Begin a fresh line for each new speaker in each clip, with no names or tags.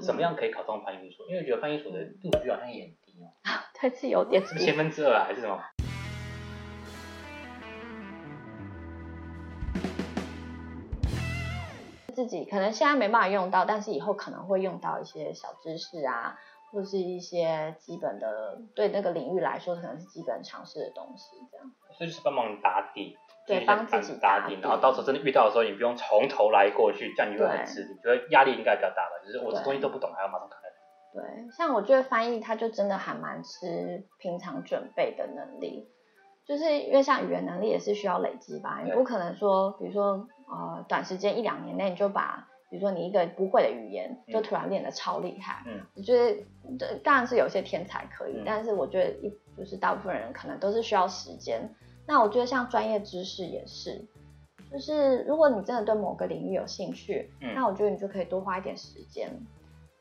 怎么样可以考上翻译所？因为觉得翻译所的
嗯
录取好像也很低哦，
它是有点
是不是千分之二啊，还是什么？
自己可能现在没办法用到，但是以后可能会用到一些小知识啊，或是一些基本的对那个领域来说可能是基本常识的东西，这样。
所以就是帮忙打底，
对
就是
帮自己
打
打
底，
底
然后到时候真的遇到的时候，你不用从头来过去，哦这样你会很
对
吃力，觉得压力应该比较大吧？就是我这
对
东西都不懂，还要马上看。
对，像我觉得翻译它就真的还蛮吃平常准备的能力，就是因为像语言能力也是需要累积吧，你
对
不可能说，比如说呃短时间一两年内你就把，比如说你一个不会的语言
嗯
就突然练得超厉害，
嗯，
我觉得对当然是有些天才可以，
嗯
但是我觉得一就是大部分人可能都是需要时间。那我觉得像专业知识也是，就是如果你真的对某个领域有兴趣，
嗯
那我觉得你就可以多花一点时间，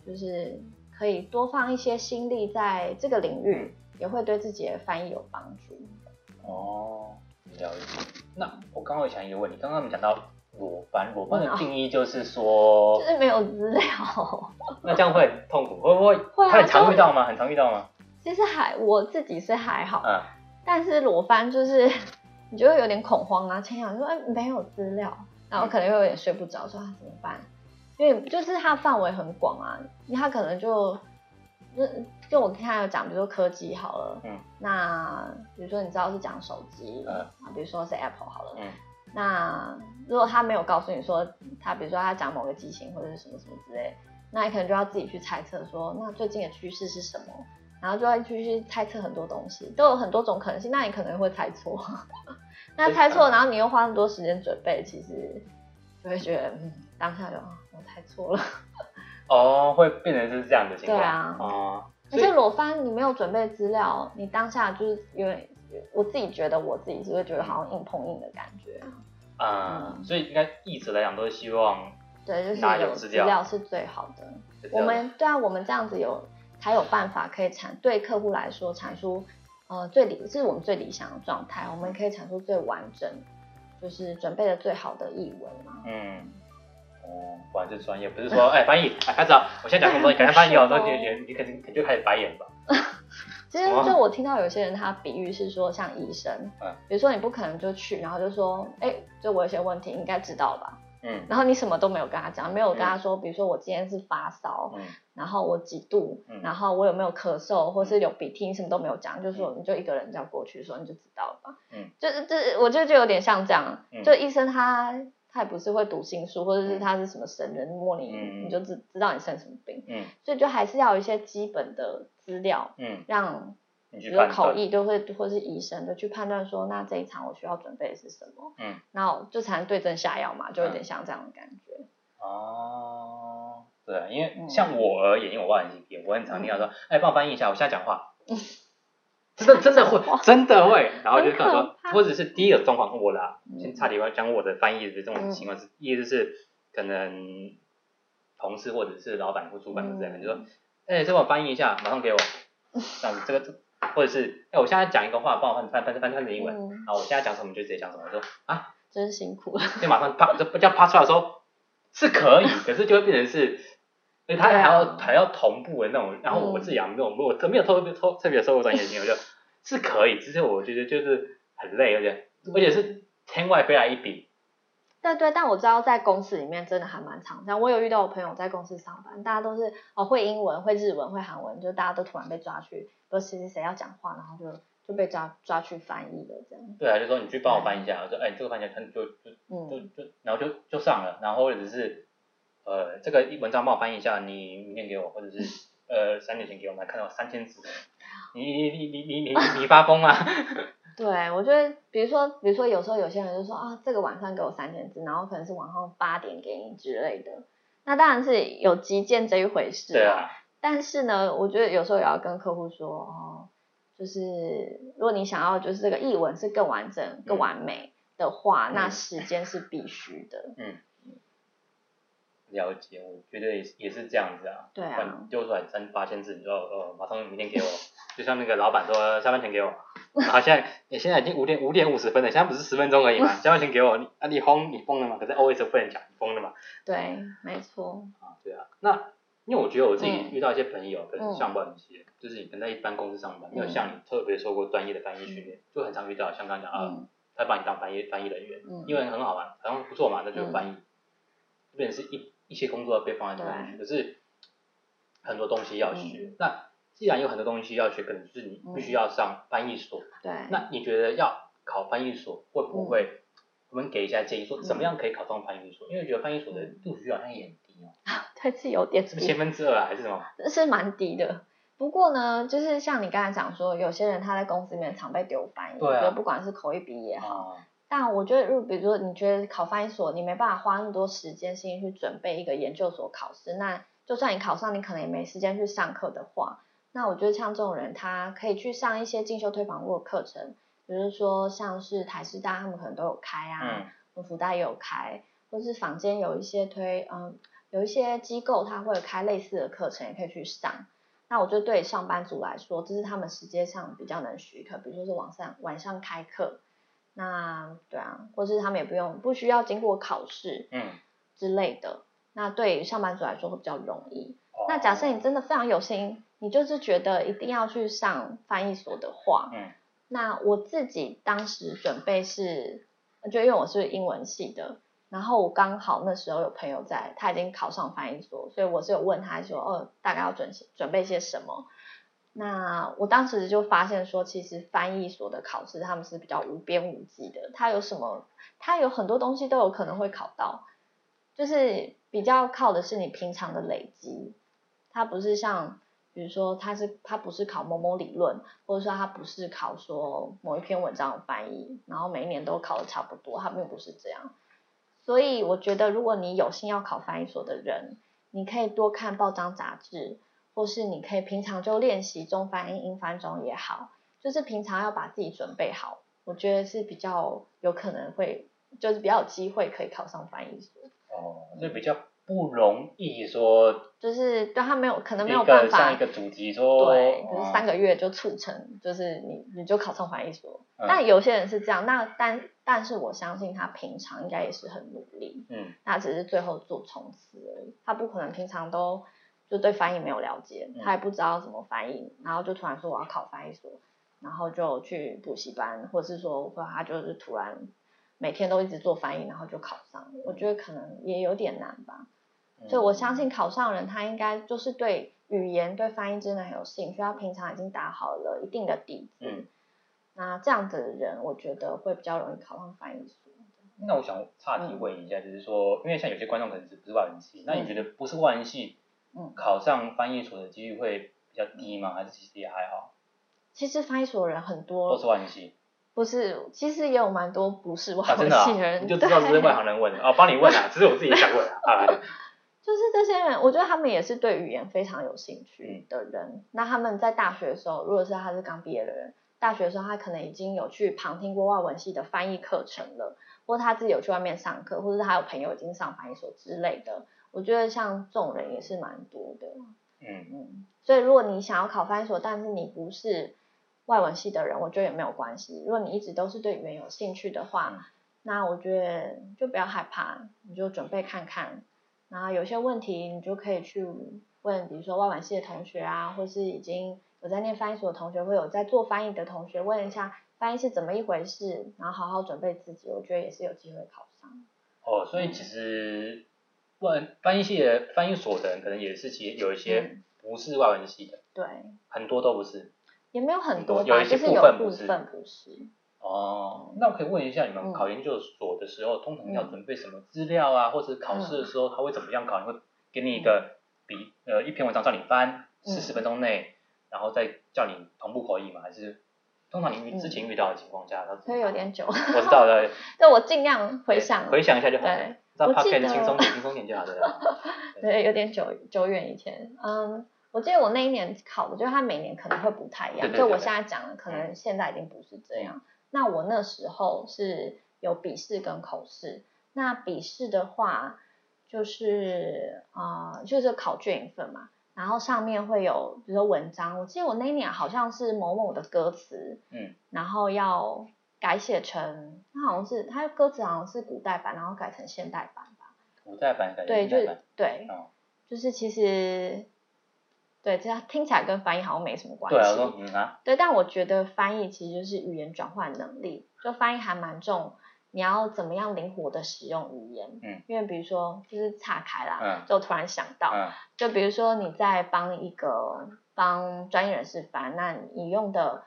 就是可以多放一些心力在这个领域，也会对自己的翻译有帮助。
哦，了解。那我刚刚有想一个问题，刚刚我们讲到裸班，裸班的定义就是说，
就是没有资料，
那这样会很痛苦，会不会？
会啊
他很常
就
遇到吗？很常遇到吗？
其实还我自己是还好，
嗯，
但是裸翻就是 你就会有点恐慌啊，前想说哎没有资料，然后可能又有点睡不着，说啊怎么办？因为就是它范围很广啊，它可能就就就我听他有讲，比如说科技好了，
嗯，
那比如说你知道是讲手机，
嗯
啊，比如说是 Apple 好了，
嗯，
那如果他没有告诉你说他比如说他讲某个机型或者是什么什么之类，那你可能就要自己去猜测说那最近的趋势是什么，然后就要去去猜测很多东西，都有很多种可能性。那你可能会猜错， 那猜
嗯
错，然后你又花那么多时间准备，其实就会觉得，嗯，当下就啊，我猜错了。
哦，会变成是这样的情况。
啊对啊
哦，
而
所以
且裸翻你没有准备资料，你当下就是有点，我自己觉得我自己就会觉得好像硬碰硬的感觉。
嗯，
嗯
所以应该译者来讲都是希望
对，就是
哪有
有
资
资
料
料是最好的。我们对啊，我们这样子有才有办法可以产对客户来说产出呃最理这是我们最理想的状态，我们可以产出最完整，就是准备的最好的译文嘛。
嗯。哦，果然是专业，不是 说哎翻译哎开始啊，我现在讲什么东西，赶快翻译哦，
不
那
是哦
你你你肯定肯定就开始白眼吧。
其实就我听到有些人他比喻是说像医生，
嗯
比如说你不可能就去，然后就说哎，就我有些问题你应该知道吧，
嗯
然后你什么都没有跟他讲，没有跟他说，比如说我今天是发烧，
嗯
然后我几度，
嗯
然后我有没有咳嗽，或是有鼻涕，你什么都没有讲，就说你就一个人这样过去说你就知道了吧。
嗯，
就是这，我就就有点像这样，
嗯
就医生他他也不是会读心术，或者是
嗯
他是什么神人摸你，
嗯
你就知知道你生什么病，
嗯
所以就还是要有一些基本的资料，
嗯，
让
你
比
去
如说
判
口
断。
译就会或是医生就去判断说，那这一场我需要准备的是什么，
嗯，
然后就才能对症下药嘛，就有点像这样的感觉。
哦，对，因为
嗯
像我而言，因为我外文系毕业，我很常听到说，哎，帮我翻译一下，我现在讲 话。真的真的会，真的会，然后就跟我
很
说
可，怕
或者是第一个状况我啦，
嗯
先差点要讲我的翻译的这种情况是，意思是可能同事或者是老板或主管之类的，
嗯
就说，哎，这帮我翻译一下，马上给我，这样子，这个这，或者是，哎，我现在讲一个话，帮我翻翻翻翻翻成英文，
嗯，
然后我现在讲什么你就直接讲什么，我说啊，
真辛苦了。
就马上啪，就这样啪出来的时候是可以，可是就会变成是，因为他还要、
对啊嗯
还要同步的那种。然后我自己啊没有我特没有特别特特别受过专业经验，我就是可以，只是我觉得就是很累，而且
嗯
而且是天外飞来一笔，
对对，但我知道在公司里面真的还蛮常这样。我有遇到我朋友在公司上班，大家都是哦会英文、会日文、会韩文，就大家都突然被抓去，不是谁谁谁要讲话，然后就就被抓抓去翻译了这样。
对啊，就说你去帮我翻一下，我说哎、这个翻一下，他就就就
嗯，
就然后就就上了，然后或者是呃这个文章帮我翻译一下，你明天给我，或者是呃三点前给我，我们看到三千字，你你你你你你你发疯吗？
对，我觉得比如说比如说有时候有些人就说啊，这个晚上给我三千字，然后可能是晚上八点给你之类的。那当然是有急件这一回事、
对啊。
但是呢，我觉得有时候也要跟客户说哦，就是如果你想要就是这个译文是更完整、更完美的话，
嗯
那时间是必须的。
了解，我觉得也是也是这样子啊。
对
不然
啊
你，丢出来三八千字，你就哦，马上明天给我，就像那个老板说下班前给我，然后现在你现在已经五点五点五十分了，现在不是十分钟而已 嘛，下班前给我，你啊你疯你疯了嘛？可是 always 不能讲你疯了嘛
对，没错。
啊，对啊，那因为我觉得我自己
嗯
遇到一些朋友，可能
嗯
上班一些，就是你可能在一般公司上班，没有
嗯
像你特别受过专业的翻译训练，就很常遇到像刚刚讲啊，
嗯
他把你当翻译翻译人员，
嗯，
因为很好玩，好像不错嘛，那就
嗯
翻译，变成是一一些工作被放在那里去，可是很多东西要学。
嗯
那既然有很多东西要学，可能就是你必须要上翻译所。
对，
那你觉得要考翻译所会不会？
嗯
我们给一下建议，说怎么样可以考上翻译所？因为我觉得翻译所的
嗯
录取率好像也很低哦，
对是有点
什 么千
低，
分之二啊，还是什么？
是蛮低的。不过呢，就是像你刚才讲说，有些人他在公司里面常被丢翻译，
对啊
就不管是口译笔也好，
哦，
但我觉得，如果比如说你觉得考翻译所，你没办法花那么多时间心力去准备一个研究所考试，那就算你考上，你可能也没时间去上课的话，那我觉得像这种人，他可以去上一些进修推广部的课程，比如说像是台师大他们可能都有开啊，
嗯，
嗯、福大也有开，或是坊间有一些推，嗯，有一些机构它会开类似的课程，也可以去上。那我觉得对上班族来说，这是他们时间上比较能许可，比如说是晚上晚上开课，那对啊，或是他们也不用不需要经过考试
嗯，
之类的。那对于上班族来说会比较容易。
哦
那假设你真的非常有心，你就是觉得一定要去上翻译所的话，
嗯
那我自己当时准备是，就因为我是英文系的，然后我刚好那时候有朋友在，他已经考上翻译所，所以我是有问他说，哦，大概要准准备些什么。那我当时就发现说，其实翻译所的考试他们是比较无边无际的，它有什么，它有很多东西都有可能会考到，就是比较靠的是你平常的累积，它不是像比如说它是它不是考某某理论，或者说它不是考说某一篇文章的翻译，然后每一年都考的差不多，它并不是这样。所以我觉得，如果你有心要考翻译所的人，你可以多看报章杂志，或是你可以平常就练习中翻英、英翻中也好，就是平常要把自己准备好，我觉得是比较有可能会，就是比较有机会可以考上翻译所。
哦，所以比较不容易说
就是对他没有可能没有
一
办
个
法
像一个主题说，
对，可是
哦
三个月就促成，就是你你就考上翻译所。
嗯
但有些人是这样，那但但是我相信他平常应该也是很努力，
嗯
那只是最后做冲刺而已。他不可能平常都就对翻译没有了解，
嗯
他也不知道怎么翻译，然后就突然说我要考翻译所，然后就去补习班，或是说或者他就是突然每天都一直做翻译，然后就考上了。我觉得可能也有点难吧。
嗯，
所以我相信考上人，他应该就是对语言、对翻译真的很有兴趣，他平常已经打好了一定的底子。
嗯
那这样子的人，我觉得会比较容易考上翻译所。
那我想岔题问一下，就是说，因为像有些观众可能是不是外文系，那你觉得不是外文系，
嗯
考上翻译所的几率会比较低吗？还是其实也还好，
其实翻译所的人很
都
多，
是外文系
不是，其实也有蛮多不是外
啊，真
文
的啊
系的人，
你就知道这是
对
外 行人问的哦，帮你问啊，只是我自己也想问啊，啊来
就是这些人，我觉得他们也是对语言非常有兴趣的人。那他们在大学的时候，如果是他是刚毕业的人，大学的时候他可能已经有去旁听过外文系的翻译课程了，或者他自己有去外面上课，或者他有朋友已经上翻译所之类的。我觉得像这种人也是蛮多的。
嗯，
嗯，所以如果你想要考翻译所，但是你不是外文系的人，我觉得也没有关系。如果你一直都是对语言有兴趣的话，
嗯
那我觉得就不要害怕，你就准备看看。然后有些问题你就可以去问，比如说外文系的同学啊，或是已经有在念翻译所的同学，或有在做翻译的同学，问一下翻译是怎么一回事，然后好好准备自己，我觉得也是有机会考上。
哦，所以其实外翻译系的翻译所的人，可能也是其实有一些
嗯
不是外文系的，
对，
很多都不是。
也没有很多
很多
吧，
有一些
就是
部
有
分
部
不是
分不是。
哦，那我可以问一下，你们
嗯
考研究所的时候，通常要
嗯
准备什么资料啊，或者考试的时候他会怎么样考？你会给你一个比呃一篇文章叫你翻
嗯
四十分钟内，然后再叫你同步口译吗？还是通常你遇
嗯
之前遇到的情况下，他
所以有点 久，
我知道的，
对我尽量回想，
回想一下就好了
对。
让
我
p o
记
c
得
a s t 轻松点，轻松点就好了。
对，有点久久远以前。嗯，我记得我那一年考的，就是它每年可能会不太一样。
对对对
就我
对
现在讲的，可能现在已经不是这样。那我那时候是有笔试跟口试。那笔试的话，就是啊、呃就是考卷一份嘛。然后上面会有，比如说文章，我记得我那一年好像是某某的歌词，
嗯，
然后要改写成，它好像是它歌词好像是古代版，然后改成现代版吧，
古代版感觉
对，
现
就
代
是
版，
对，
哦
就是其实对，这样听起来跟翻译好像没什么关系。
对啊，我说嗯啊，
对，但我觉得翻译其实就是语言转换能力，就翻译还蛮重，你要怎么样灵活的使用语言。
嗯，
因为比如说就是岔开啦，
嗯
就突然想到，
嗯
就比如说你在帮一个帮专业人士翻，那你用的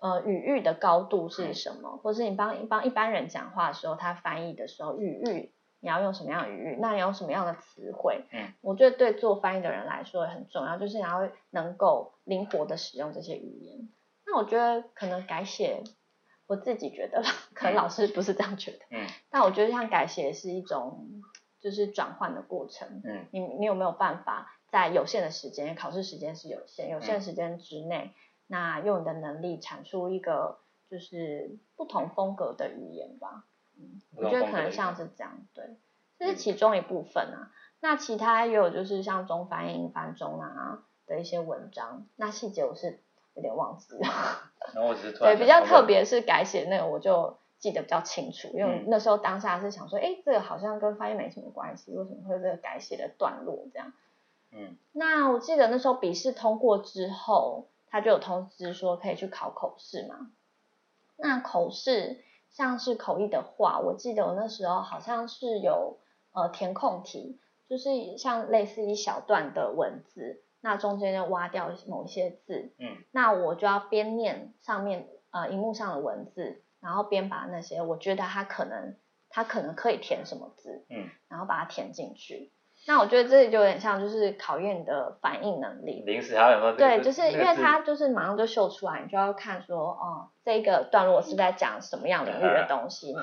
呃语域的高度是什么，或是你帮帮一般人讲话的时候，他翻译的时候语域。你要用什么样的语域？那你要用什么样的词汇？
嗯，
我觉得对做翻译的人来说也很重要，就是你要能够灵活的使用这些语言。那我觉得可能改写，我自己觉得吧，可能老师不是这样觉得，
嗯
但我觉得像改写是一种就是转换的过程。
嗯
你你有没有办法在有限的时间，考试时间是有限，有
嗯
限的时间之内，那用你的能力产出一个就是不同风格的语言吧？嗯，
不
我
同
觉得
风
可
格
能
的语言嗯
像是这样，对，这是其中一部分啊。那其他也有就是像中翻英翻中啊的一些文章，那细节我是有点忘记了。
然后我只是突然
对，比较
想到
特别是改写那个，我就记得比较清楚，因为
嗯
那时候当下是想说，哎、这个好像跟翻译没什么关系，为什么会有这个改写的段落这样？
嗯
那我记得那时候笔试通过之后，他就有通知说可以去考口试嘛。那口试像是口译的话，我记得我那时候好像是有呃填空题，就是像类似一小段的文字，那中间就挖掉某一些字，
嗯
那我就要边念上面呃荧幕上的文字，然后边把那些我觉得它可能它可能可以填什么字，
嗯
然后把它填进去。那我觉得这里就有点像就是考验你的反应能力，
临时还有说这个
对，就是
这
因
个
为
字
它就是马上就秀出来，你就要看说哦这个段落是在讲什么样领
嗯
域的东西，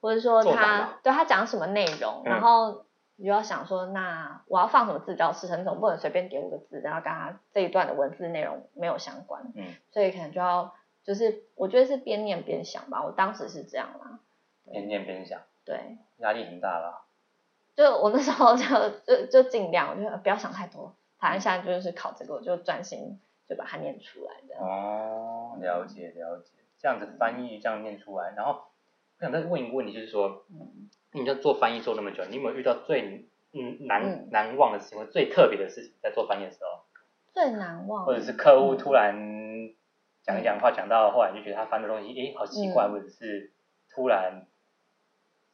或者说
作答吧
它对它讲什么内容，
嗯
然后。你就要想说，那我要放什么字比较适合？你总不能随便给我个字，然后跟它这一段的文字内容没有相关。
嗯
所以可能就要就是我觉得是边念边想吧，我当时是这样啦，
边念边想，
对，
压力很大啊啦。
就我那时候就就就尽量，我就呃不要想太多，反正现在就是考这个，我就专心就把它念出来这样。
哦，了解了解，这样子翻译这样念出来，然后我想再问一个问题，就是说，
嗯
你在做翻译做那么久，你有没有遇到最嗯难
嗯
难忘的事情，或者最特别的事情，在做翻译的时候，
最难忘
或者是客户突然讲一讲话，讲到后来你就觉得他翻的东西，诶，好奇怪，
嗯
或者是突然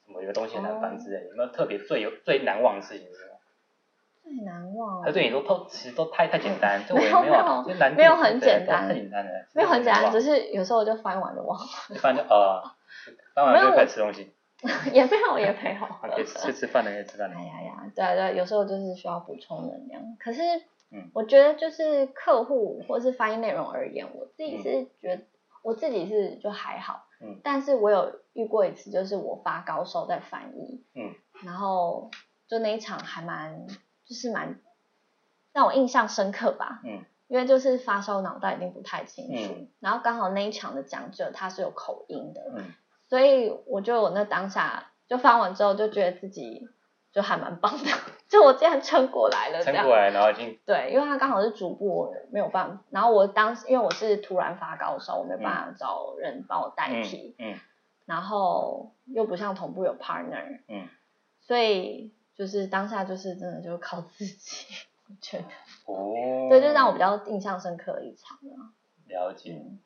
什么有个东西很难翻
哦
之类的，有没有特别最有最难忘的事情是什么？
最难忘
还是对你说都其实都太太简 单，就我
没
也
有
没
没有
有，就难度
没有很
对
简单
太简单了，
没有很简单，只
是
是有时候我就翻完就忘了，
一般就呃，翻完
没
就
有
开始吃 东西，
也没有也 没有。
啊，可以吃吃饭了，可以吃饭了
哎，呀呀，对啊对啊，有时候就是需要补充能量。可是，
嗯
我觉得就是客户或是翻译内容而言，我自己是觉得、我自己是就还好，
嗯
但是我有遇过一次，就是我发高烧在翻译，
嗯，
然后就那一场还蛮就是蛮让我印象深刻吧，
嗯，
因为就是发烧脑袋已经不太清楚，
嗯
然后刚好那一场的讲者他是有口音的，
嗯
所以我觉得我那当下就翻完之后，就觉得自己就还蛮棒的， 就我竟然撑过来了，这
撑
样
过来，然后已 经
对，因为他刚好是主播，我没有办法。然后我当时因为我是突然发高烧，我没办法找人帮我代
嗯
替，
嗯
然后又不像同步有 partner，
嗯，
所以就是当下就是真的就靠自己，我觉得
哦，
对，就让我比较印象深刻的一场啊。
了解。
嗯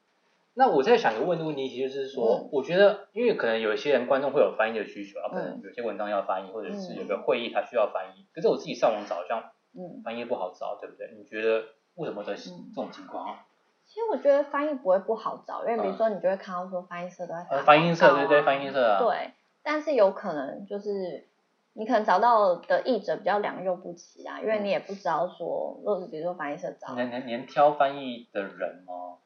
那我在想一个问问题，就是说，
嗯
我觉得，因为可能有一些人观众会有翻译的需求，啊，可能
嗯
有些文章要翻译，或者是
嗯
有个会议他需要翻译，可是我自己上网找，好像
嗯，
翻译不好找，对不对？你觉得为什么的这
嗯
种情况啊？
其实我觉得翻译不会不好找，因为比如说你就会看到说翻译社都在
嗯呃，
发
翻译社
广告
对
啊
对，翻译社啊，
对，但是有可能就是你可能找到的译者比较良莠不齐啊，因为
嗯
你也不知道说，若是比如说翻译社找
你
翻
连连连挑翻译的人哦，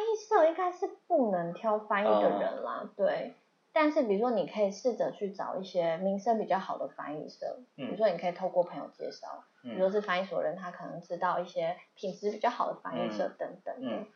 译社应该是不能挑翻译的
哦
人啦，对。但是比如说你可以试着去找一些名声比较好的翻译社，比如
嗯
说你可以透过朋友介绍，比如
嗯
说是翻译所的人，他可能知道一些品质比较好的翻译社等等的。
嗯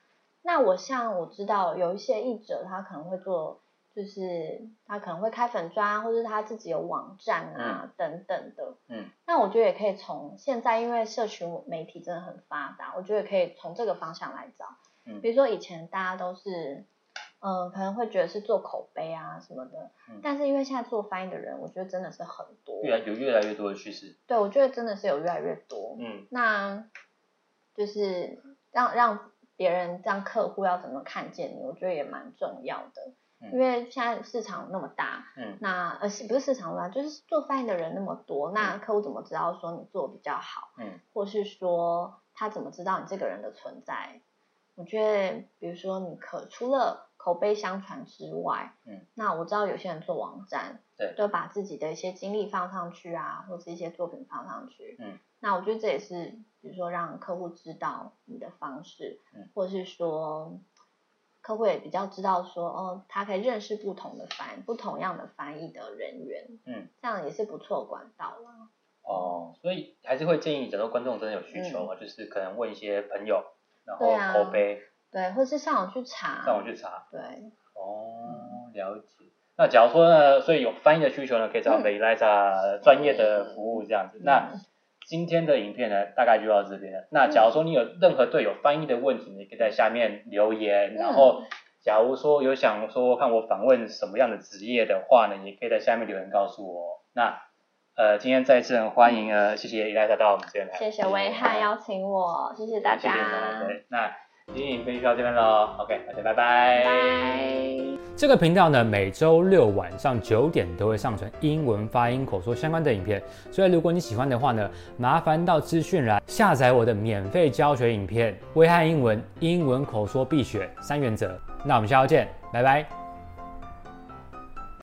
那我像我知道有一些译者，他可能会做，就是他可能会开粉专，或者是他自己有网站啊、等等的。
嗯，
那我觉得也可以从现在，因为社群媒体真的很发达，我觉得也可以从这个方向来找。
嗯
比如说以前大家都是，嗯，可能会觉得是做口碑啊什么的，
嗯
但是因为现在做翻译的人，我觉得真的是很多，
越来有越来越多的趋势。
对我觉得真的是有越来越多。
嗯
那就是让让别人让客户要怎么看见你，我觉得也蛮重要的，
嗯
因为现在市场那么大，
嗯
那呃是不是市场啦，就是做翻译的人那么多，那客户怎么知道说你做的比较好？
嗯
或是说他怎么知道你这个人的存在？我觉得，比如说你可除了口碑相传之外，
嗯，
那我知道有些人做网站，
对
就把自己的一些经历放上去啊，或是一些作品放上去，
嗯，
那我觉得这也是，比如说让客户知道你的方式，
嗯，
或是说客户也比较知道说，哦，他可以认识不同的翻不同样的翻译的人员，
嗯，
这样也是不错的管道啦。
哦，所以还是会建议，假如观众真的有需求
嗯
啊，就是可能问一些朋友，然后
对啊
口碑
对，或是上网去查，
让我去查。
对。
哦，了解。那假如说呢，所以有翻译的需求呢，可以找
嗯
v e l i s a 专业的服务这样子。那
嗯
今天的影片呢，大概就到这边了。那假如说你有任何对有翻译的问题，你可以在下面留言。
嗯
然后，假如说有想说看我访问什么样的职业的话呢，也可以在下面留言告诉我哦。那呃，今天再次很欢迎呃，谢谢伊莱莎到我们这边来。
谢谢威汉邀请我，谢谢大
谢
家，
谢大家。对，那今天影片就到这边喽。OK，大家拜拜。
拜。
这个频道呢，每周六晚上九点都会上传英文发音口说相关的影片，所以如果你喜欢的话呢，麻烦到资讯栏下载我的免费教学影片《危害英文：英文口说必学三原则》。那我们下周见，拜拜。